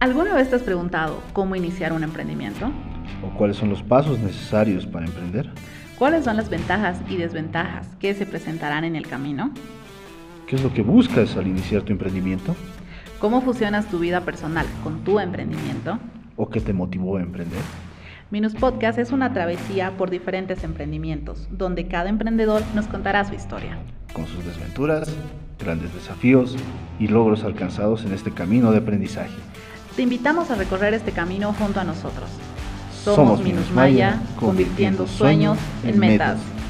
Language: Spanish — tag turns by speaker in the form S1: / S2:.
S1: ¿Alguna vez te has preguntado cómo iniciar un emprendimiento?
S2: ¿O cuáles son los pasos necesarios para emprender?
S1: ¿Cuáles son las ventajas y desventajas que se presentarán en el camino?
S2: ¿Qué es lo que buscas al iniciar tu emprendimiento?
S1: ¿Cómo fusionas tu vida personal con tu emprendimiento?
S2: ¿O qué te motivó a emprender?
S1: Minus Podcast es una travesía por diferentes emprendimientos, donde cada emprendedor nos contará su historia.
S2: Con sus desventuras, grandes desafíos y logros alcanzados en este camino de aprendizaje.
S1: Te invitamos a recorrer este camino junto a nosotros.
S2: Somos Minus Maya, convirtiendo sueños en metas.